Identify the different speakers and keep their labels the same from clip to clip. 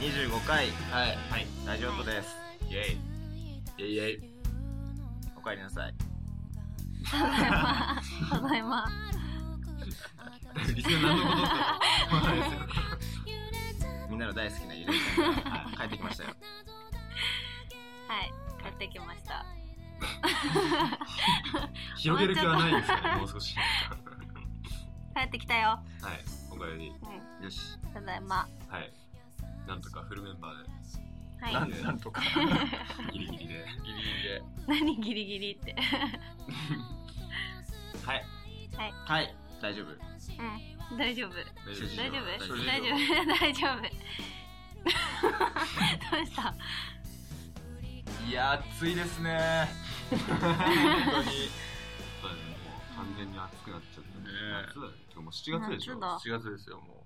Speaker 1: 25回
Speaker 2: はい。
Speaker 3: はい
Speaker 1: ラジオトです
Speaker 3: イエイ
Speaker 2: えいえい。
Speaker 1: おかえりなさい
Speaker 4: ただいま。ただいま。
Speaker 3: リスナーのことだったらですよ
Speaker 1: みんなの大好きなゆりちゃんが帰ってきま したよ
Speaker 4: はい。帰ってきました。
Speaker 3: 広げる気はないですよねもう少し
Speaker 4: 帰ってきたよ。
Speaker 3: はいおかえり
Speaker 4: う
Speaker 3: よし
Speaker 4: ん。ただいま。
Speaker 3: はいなんとかフルメンバ
Speaker 4: は。
Speaker 1: ないんでなんとか
Speaker 3: ーでギリギリで
Speaker 1: ギリギリで
Speaker 4: 何ギリギリって。
Speaker 1: はい
Speaker 4: はい
Speaker 1: はい大丈夫
Speaker 4: うん。大丈夫。大丈夫
Speaker 1: 諸事情
Speaker 4: 大丈夫大丈夫。どうした
Speaker 1: いや暑いですね本当に
Speaker 3: そうだねもう完全に暑くなっちゃったね
Speaker 1: ねえ
Speaker 3: 夏だね今日もう7月でしょ
Speaker 4: 夏だ
Speaker 1: 4月ですよもう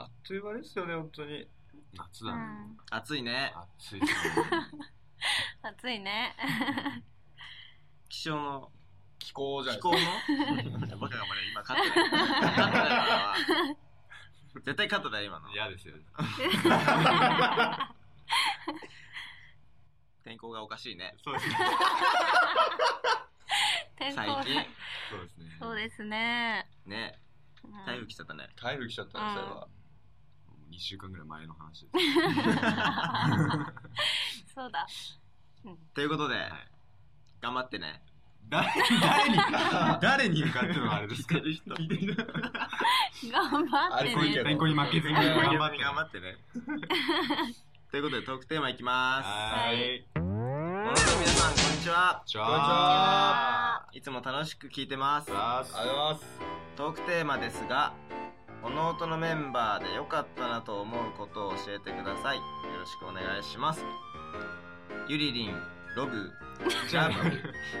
Speaker 1: あっという間ですよね本当に
Speaker 3: 夏
Speaker 4: う
Speaker 3: だね
Speaker 4: ん。
Speaker 1: 暑いね
Speaker 3: 暑いですね
Speaker 4: 暑いね。
Speaker 1: 気象の
Speaker 2: 気候じゃな
Speaker 1: 気
Speaker 2: い
Speaker 1: 候のバカがまだ今勝ってない勝ってないわ絶対勝ってない今の
Speaker 3: 嫌ですよね
Speaker 1: 天候がおかしいね
Speaker 3: そうですね
Speaker 4: 天
Speaker 1: 最
Speaker 4: 候が
Speaker 1: 近
Speaker 3: そうですね
Speaker 4: そうですね。
Speaker 1: ね
Speaker 4: うん
Speaker 1: 台風来ちゃったね
Speaker 2: 台風来ちゃったの、それは。
Speaker 3: 2週間ぐらい前の話です
Speaker 4: そうだ。うん。
Speaker 1: ということで、
Speaker 3: い
Speaker 1: 頑張ってね
Speaker 3: 誰誰に誰に向かってのあれですか聞いてる人
Speaker 4: 頑張って
Speaker 2: 歩いて
Speaker 4: ね
Speaker 2: る。
Speaker 3: 天候に負けずに
Speaker 1: 頑
Speaker 3: 頑張
Speaker 1: 張っ
Speaker 3: ってて
Speaker 1: 頑張ってねということでトークテーマいきま
Speaker 3: は
Speaker 4: は
Speaker 3: ーい
Speaker 4: い
Speaker 1: すモノトーン皆さんこんにちは
Speaker 3: じ
Speaker 2: こんにちは
Speaker 1: いつも楽しく聞いてます
Speaker 3: あ
Speaker 2: ありがとうございます。
Speaker 1: トークテーマですがおのおとのメンバーで良かったなと思うことを教えてくださいよろしくお願いしますゆりりんログジャブ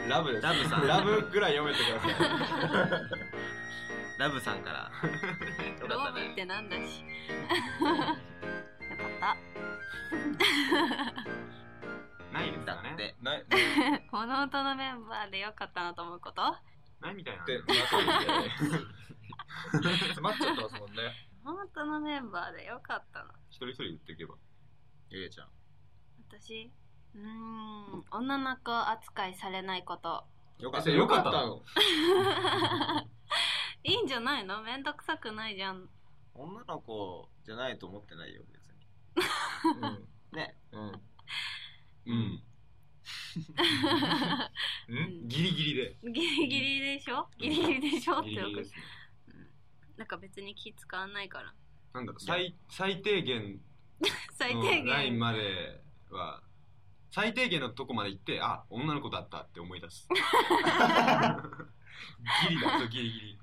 Speaker 2: ラブです。
Speaker 1: ラブさん
Speaker 2: ラブぐらい読めてください。
Speaker 1: ラブさんから良
Speaker 4: ロ
Speaker 1: かった
Speaker 4: ービーっ
Speaker 1: ね
Speaker 4: てなんだし。よかっ
Speaker 3: ないです
Speaker 1: だ
Speaker 3: かね
Speaker 1: って
Speaker 2: ない、
Speaker 4: た。この音のメンバーでよかったなと思うこと
Speaker 3: ないみたいな
Speaker 2: って、まあ、詰まっちゃってますもんね。
Speaker 4: 本当のメンバーでよかったな。
Speaker 3: 一人一人言っていけば
Speaker 1: ゆりちゃん
Speaker 4: 私、うーん、女の子扱いされないこと。
Speaker 2: よ
Speaker 3: えそれよかった
Speaker 2: の
Speaker 4: いいんじゃないのめんどくさくないじゃん。
Speaker 1: 女の子じゃないと思ってないよ別にね
Speaker 2: うん。
Speaker 3: うん
Speaker 2: うん。んギリギリで。
Speaker 4: ギリギリでしょギリギリでしょっ
Speaker 3: ギ
Speaker 4: て
Speaker 3: リギ
Speaker 4: よ
Speaker 3: リ
Speaker 4: く
Speaker 3: ですね
Speaker 4: なんか別に気使わないから。
Speaker 3: なんだろう最最低限
Speaker 4: 最
Speaker 3: の
Speaker 4: 低
Speaker 3: ライン
Speaker 4: 限。
Speaker 3: までは最低限のとこまで行ってあ女の子だったって思い出 すギリだそうギリギリ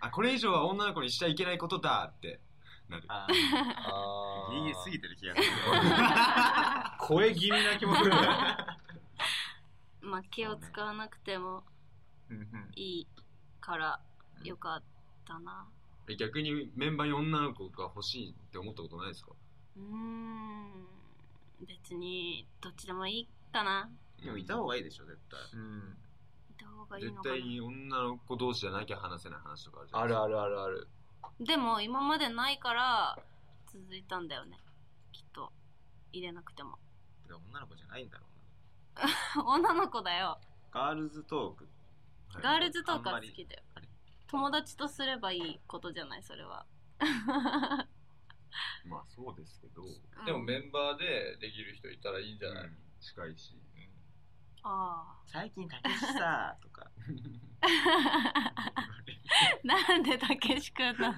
Speaker 3: あこれ以上は女の子にしちゃいけないことだってなる
Speaker 1: あ
Speaker 2: あ
Speaker 1: ギリギリすぎ
Speaker 2: て。
Speaker 1: てる気がする
Speaker 2: 声気味な気もするね。
Speaker 4: まあ気を使わなくてもいいからよかったな。
Speaker 3: え逆にメンバーに女の子が欲しいって思ったことないですか
Speaker 4: うーん、別にどっちでもいいかな。
Speaker 1: でもいた方がいいでしょ絶対
Speaker 2: うん。
Speaker 4: どうがいい
Speaker 3: 絶
Speaker 4: のかな
Speaker 3: 対に女の子同士じゃなきゃ話せない話とかあるじゃな
Speaker 2: あ
Speaker 3: いです
Speaker 2: る
Speaker 3: か
Speaker 2: あるあるある。
Speaker 4: でも今までないから続いたんだよねきっと入れなくても
Speaker 1: てか女の子じゃないんだろうな
Speaker 4: 女の子だよ
Speaker 1: ガールズトーク
Speaker 3: はい
Speaker 4: ガールズとか好きだよ
Speaker 1: あんまりあれ
Speaker 4: 友達とすればいいことじゃないそれは、
Speaker 3: まあそうですけど
Speaker 4: うん
Speaker 2: でもメンバーでできる人いたらいいんじゃない、
Speaker 3: うん近いし
Speaker 4: あ
Speaker 1: 最近たけしさーとか
Speaker 4: あ なんでたけし君なの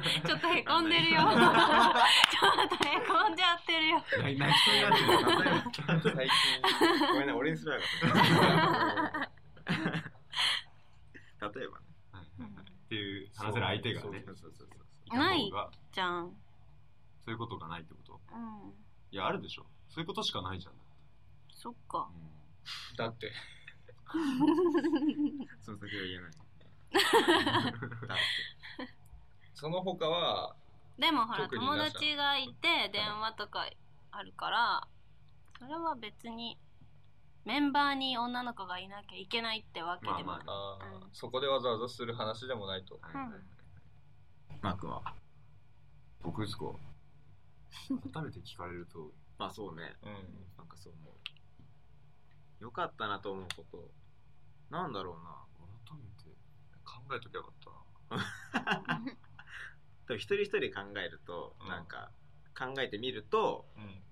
Speaker 4: ちょっとへこんでるよ ちょっとへこんじゃってるよ
Speaker 3: 泣きそうになってる
Speaker 1: 最近ごめんね俺にすらよかった例えばね
Speaker 3: はいはいはいっていう話せる相手がね
Speaker 1: そうそうそうそう
Speaker 3: いた方
Speaker 4: ない
Speaker 3: が
Speaker 4: じゃんうん
Speaker 3: そういうことがないってこといやあるでしょそういうことしかないじゃん、
Speaker 4: そっ か
Speaker 2: だって。
Speaker 1: その先は言えないだ
Speaker 2: その他は、
Speaker 4: でもほら
Speaker 2: 特にな
Speaker 4: 友
Speaker 2: しな
Speaker 4: 達がいて電話とかあるからそれは別にメンバーに女の子がいなきゃいけないってわけでも
Speaker 3: まあ
Speaker 4: な
Speaker 3: ま
Speaker 4: い、
Speaker 2: あー
Speaker 4: うん
Speaker 2: そこでわざわざする話でもないと。
Speaker 3: はいはいはい
Speaker 1: マークは
Speaker 3: 僕ですか改めて聞かれると、
Speaker 1: まあそうね。
Speaker 5: うん
Speaker 1: なんかそう思う。よかったなと思うこと。なんだろうな。
Speaker 3: 改めて考えときゃよかったな。
Speaker 1: でも一人一人考えると、
Speaker 5: うん
Speaker 1: なんか、考えてみると、
Speaker 5: うん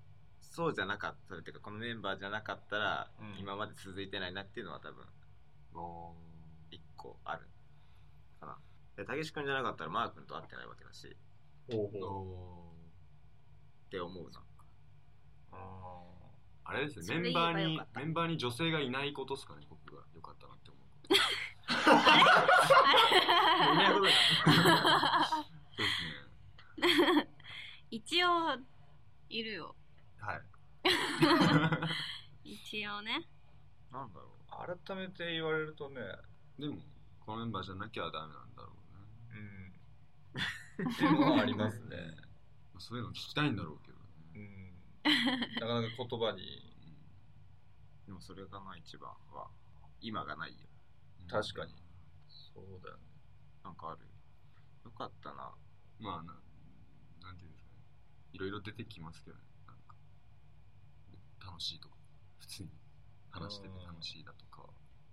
Speaker 1: そうじゃなかったっていうか、このメンバーじゃなかったら、
Speaker 5: うん
Speaker 1: 今まで続いてないなっていうのは多分、
Speaker 3: あ
Speaker 1: 一個ある。かな。で、たけし君じゃなかったらマー君と会ってないわけだし、
Speaker 5: お
Speaker 3: ー
Speaker 5: お
Speaker 1: って思うな。
Speaker 5: あ
Speaker 3: あれです
Speaker 4: そ
Speaker 3: ね、メ
Speaker 4: れ言
Speaker 3: ン
Speaker 4: え
Speaker 3: バ
Speaker 4: ば
Speaker 3: ー
Speaker 4: よ
Speaker 3: に
Speaker 4: かっ、た
Speaker 3: メンバーに女性がいないことですかね、僕が良かったなって思うこ
Speaker 1: い
Speaker 3: と。
Speaker 1: ないことに
Speaker 3: そうですね。
Speaker 4: 一応いるよ
Speaker 3: はい。
Speaker 4: 一応ね
Speaker 1: ななんだろう。
Speaker 5: ー改めて言われるとね
Speaker 3: でも、このメンバーじゃなきゃダメなんだろうね。
Speaker 5: うんっていうのはありますね
Speaker 3: まあそういうの聞きたいんだろうけど
Speaker 5: う
Speaker 3: ね。
Speaker 5: んなかなか言葉に
Speaker 1: でもそれがな一番は、今がないよ。
Speaker 3: うん
Speaker 5: 確かにそうだよね
Speaker 1: なんかある。よかったな。
Speaker 3: まあ、ななんていうんですかね。いろいろ出てきますけどね。なんか楽しいとか、普通に話してて楽しいだとか、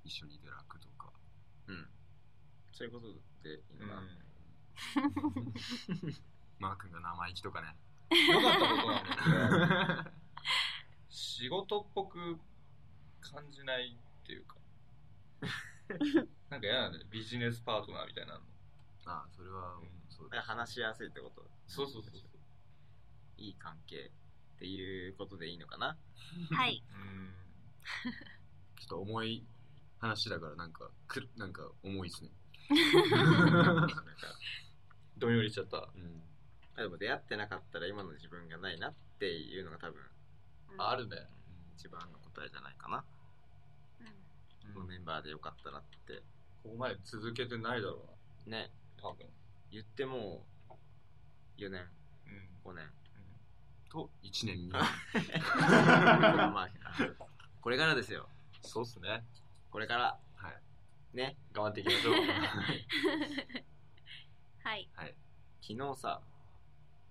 Speaker 3: 一緒に出楽と か。
Speaker 1: うん。そういうことでいいのかな。
Speaker 3: マー君が生意気とかね。
Speaker 5: 良かったことなんだけど 仕事っぽく感じないっていうかなんか嫌なんだよビジネスパートナーみたいなの
Speaker 3: ああ、それは
Speaker 5: うん、
Speaker 3: そう
Speaker 1: え話しやすいってこと
Speaker 5: そうそうそうそう
Speaker 1: いい関係っていうことでいいのかな
Speaker 4: はい
Speaker 5: うん
Speaker 3: ちょっと重い話だから、なんか、くなんか重いですね。
Speaker 1: なんか
Speaker 5: どんよりしちゃった
Speaker 3: うん。
Speaker 1: でも出会ってなかったら今の自分がないなっていうのが多分
Speaker 5: あるね
Speaker 1: 一番の答えじゃないかな、
Speaker 4: うん
Speaker 1: このメンバーでよかったなって
Speaker 5: ここまで続けてないだろ
Speaker 1: ね
Speaker 5: うな多分
Speaker 1: 言っても4年5年
Speaker 3: と、1年に。
Speaker 1: まあこれからですよ
Speaker 5: そうっすね
Speaker 1: これから
Speaker 3: はい
Speaker 1: ね
Speaker 5: 頑張っていきましょう
Speaker 4: はい、
Speaker 1: 昨日さ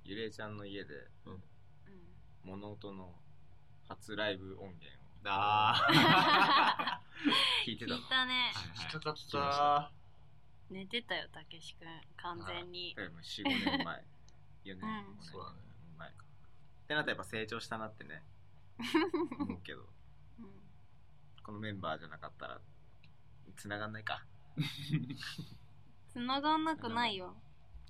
Speaker 1: ゆれいちゃんの家で
Speaker 4: うん
Speaker 1: 物音の初ライブ音源を
Speaker 3: あ
Speaker 1: 聞いてたの
Speaker 4: 聞いたね
Speaker 5: 聞きたかっ
Speaker 3: ま
Speaker 5: た
Speaker 4: 寝てたよたけし君完全に
Speaker 1: 多分45年前4年
Speaker 4: うん
Speaker 5: そうだね
Speaker 1: 前かってなったらやっぱ成長したなってね思うけど
Speaker 4: うん
Speaker 1: このメンバーじゃなかったら繋がんないか
Speaker 4: 繋がんなくないよ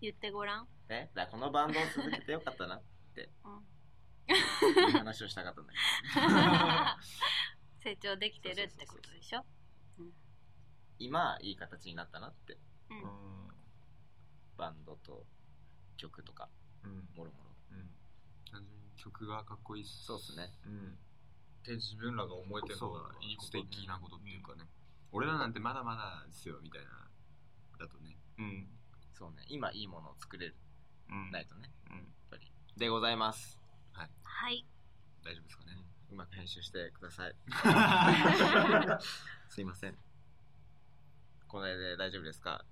Speaker 4: 言ってごらん
Speaker 1: ねだからこのバンドを続けてよかったなって
Speaker 4: うん
Speaker 1: いう話をしたかったんだけど
Speaker 4: 成長できてるってことでしょ
Speaker 1: 今いい形になったなって
Speaker 4: うん
Speaker 1: バンドと曲とか
Speaker 5: うん
Speaker 1: もろもろ
Speaker 5: うん
Speaker 3: 単純に曲がかっこいいっす。
Speaker 1: そうっすね
Speaker 5: うんって自分らが思えてる
Speaker 3: そ
Speaker 5: の
Speaker 3: う
Speaker 5: がいいこと
Speaker 3: 素敵なことっていうかね、俺らなんてまだまだですよみたいなだとね
Speaker 5: うん
Speaker 1: そうね今いいものを作れる
Speaker 5: うん
Speaker 1: ないとね
Speaker 5: うん
Speaker 1: やっぱりでございます
Speaker 4: はい
Speaker 3: 大丈夫ですかね、
Speaker 1: うまく編集してください すいませんこれで大丈夫ですか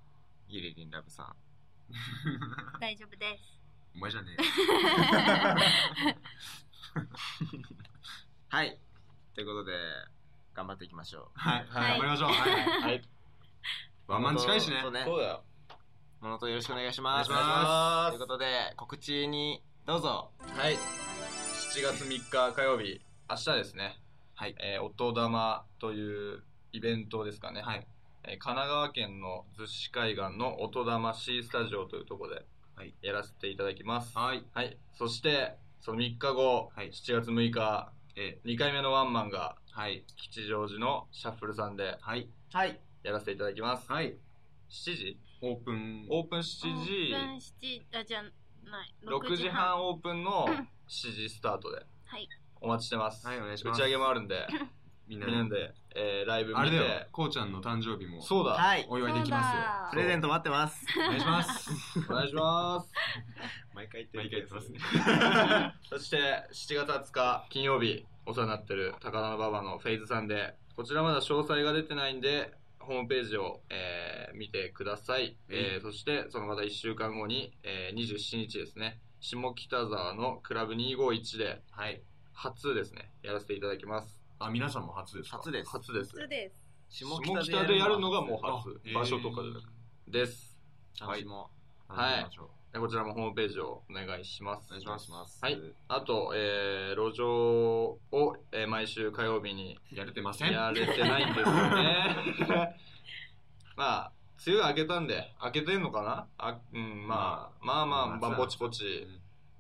Speaker 1: ゆりりんラブさん
Speaker 4: 大丈夫です
Speaker 3: お前じゃね
Speaker 1: はい。ということで、頑張っていきましょ
Speaker 3: えはい、
Speaker 5: はい
Speaker 3: 頑張りましょう、はい、
Speaker 5: はい
Speaker 1: ワ
Speaker 3: ワンマン近いしね
Speaker 1: そうね。
Speaker 5: そうだよ
Speaker 1: ものとよろしくお願いします。
Speaker 3: お願いしま
Speaker 1: ということで、告知にどうぞ。
Speaker 5: はい7月3日火曜日明日ですね
Speaker 3: はい
Speaker 5: えー音玉というイベントですかね
Speaker 3: はい
Speaker 5: えー神奈川県の逗子海岸の音玉 C スタジオというところで
Speaker 3: はい
Speaker 5: やらせていただきます
Speaker 3: はい
Speaker 5: はいそしてその3日後
Speaker 3: はい
Speaker 5: 7月6日
Speaker 3: え
Speaker 5: 2回目のワンマンが
Speaker 3: ーはい
Speaker 5: 吉祥寺のシャッフルさんで
Speaker 3: はい
Speaker 1: はい。
Speaker 5: やらせていただきます
Speaker 3: はい
Speaker 5: 7時
Speaker 3: オープン
Speaker 5: オープン
Speaker 4: オ
Speaker 5: 7時
Speaker 4: ープン七あじゃない
Speaker 5: 6時半オープンの7時スタートで
Speaker 4: はい
Speaker 5: お待ちしてます,、
Speaker 3: はいお願いします
Speaker 5: 打ち上げもあるんで
Speaker 3: みん
Speaker 5: み
Speaker 3: なん
Speaker 5: な
Speaker 3: で
Speaker 5: で、えーライブ見て
Speaker 3: あれだよこうちゃんの誕生日も
Speaker 5: そうだ、
Speaker 1: はい。
Speaker 3: お祝いできますよ
Speaker 1: プレゼント待ってます。
Speaker 3: お願いします
Speaker 5: お願いします
Speaker 1: 毎回
Speaker 3: 毎回言ってますね
Speaker 5: そして7月20日金曜日お世話になってる高田馬場のフェイズさんでこちらまだ詳細が出てないんでホームページを、えー見てください、えーそしてそのまた1週間後に、えー27日ですね下北沢のクラブ251で
Speaker 1: はい。
Speaker 5: 初ですね、やらせていただきます。
Speaker 3: あ、皆さんも初ですか
Speaker 1: 初です。
Speaker 5: 初です。
Speaker 4: そうです。
Speaker 5: 下北でやるのがもう初
Speaker 3: え。ー
Speaker 5: 場所とかで。です。
Speaker 1: 私も。
Speaker 5: は
Speaker 3: 始
Speaker 5: い
Speaker 3: めましょう
Speaker 5: でこちらもホームページをお願いします。
Speaker 3: お願いします。
Speaker 5: はい。あと、えー、路上を、えー毎週火曜日に
Speaker 3: やれてません。
Speaker 5: やれてないんですよね。まあ、梅雨明けたんで、明けてんのかなあ、うん、まあ、まあまあ、まあ、ぼちぼち、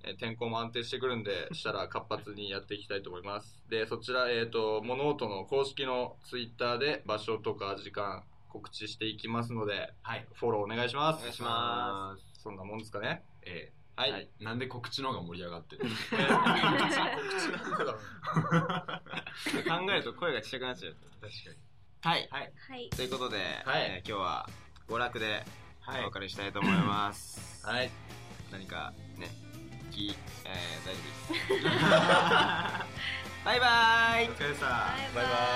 Speaker 5: えー天候も安定してくるんで、したら活発にやっていきたいと思います。で、そちら、えっ、と、物音の公式のツイッターで場所とか時間告知していきますので、
Speaker 3: はい。
Speaker 5: フォローお願いしま
Speaker 1: お
Speaker 5: す。。
Speaker 1: 願いします
Speaker 5: そんなもんですかね。
Speaker 3: え
Speaker 5: はい。
Speaker 1: はい
Speaker 3: ーなんで告知の方が盛り上がってる
Speaker 1: 考えると声がちっちゃくなっちゃう。
Speaker 3: 確かに。
Speaker 1: はい。
Speaker 4: はい。
Speaker 1: ということで、
Speaker 5: はい
Speaker 1: えー今日は娯楽で
Speaker 5: はい
Speaker 1: お別れしたいと思います。
Speaker 5: はい。
Speaker 1: 何かね、き、えー、 大丈夫です。バイバーイ
Speaker 3: お疲れさ
Speaker 4: バイバイ。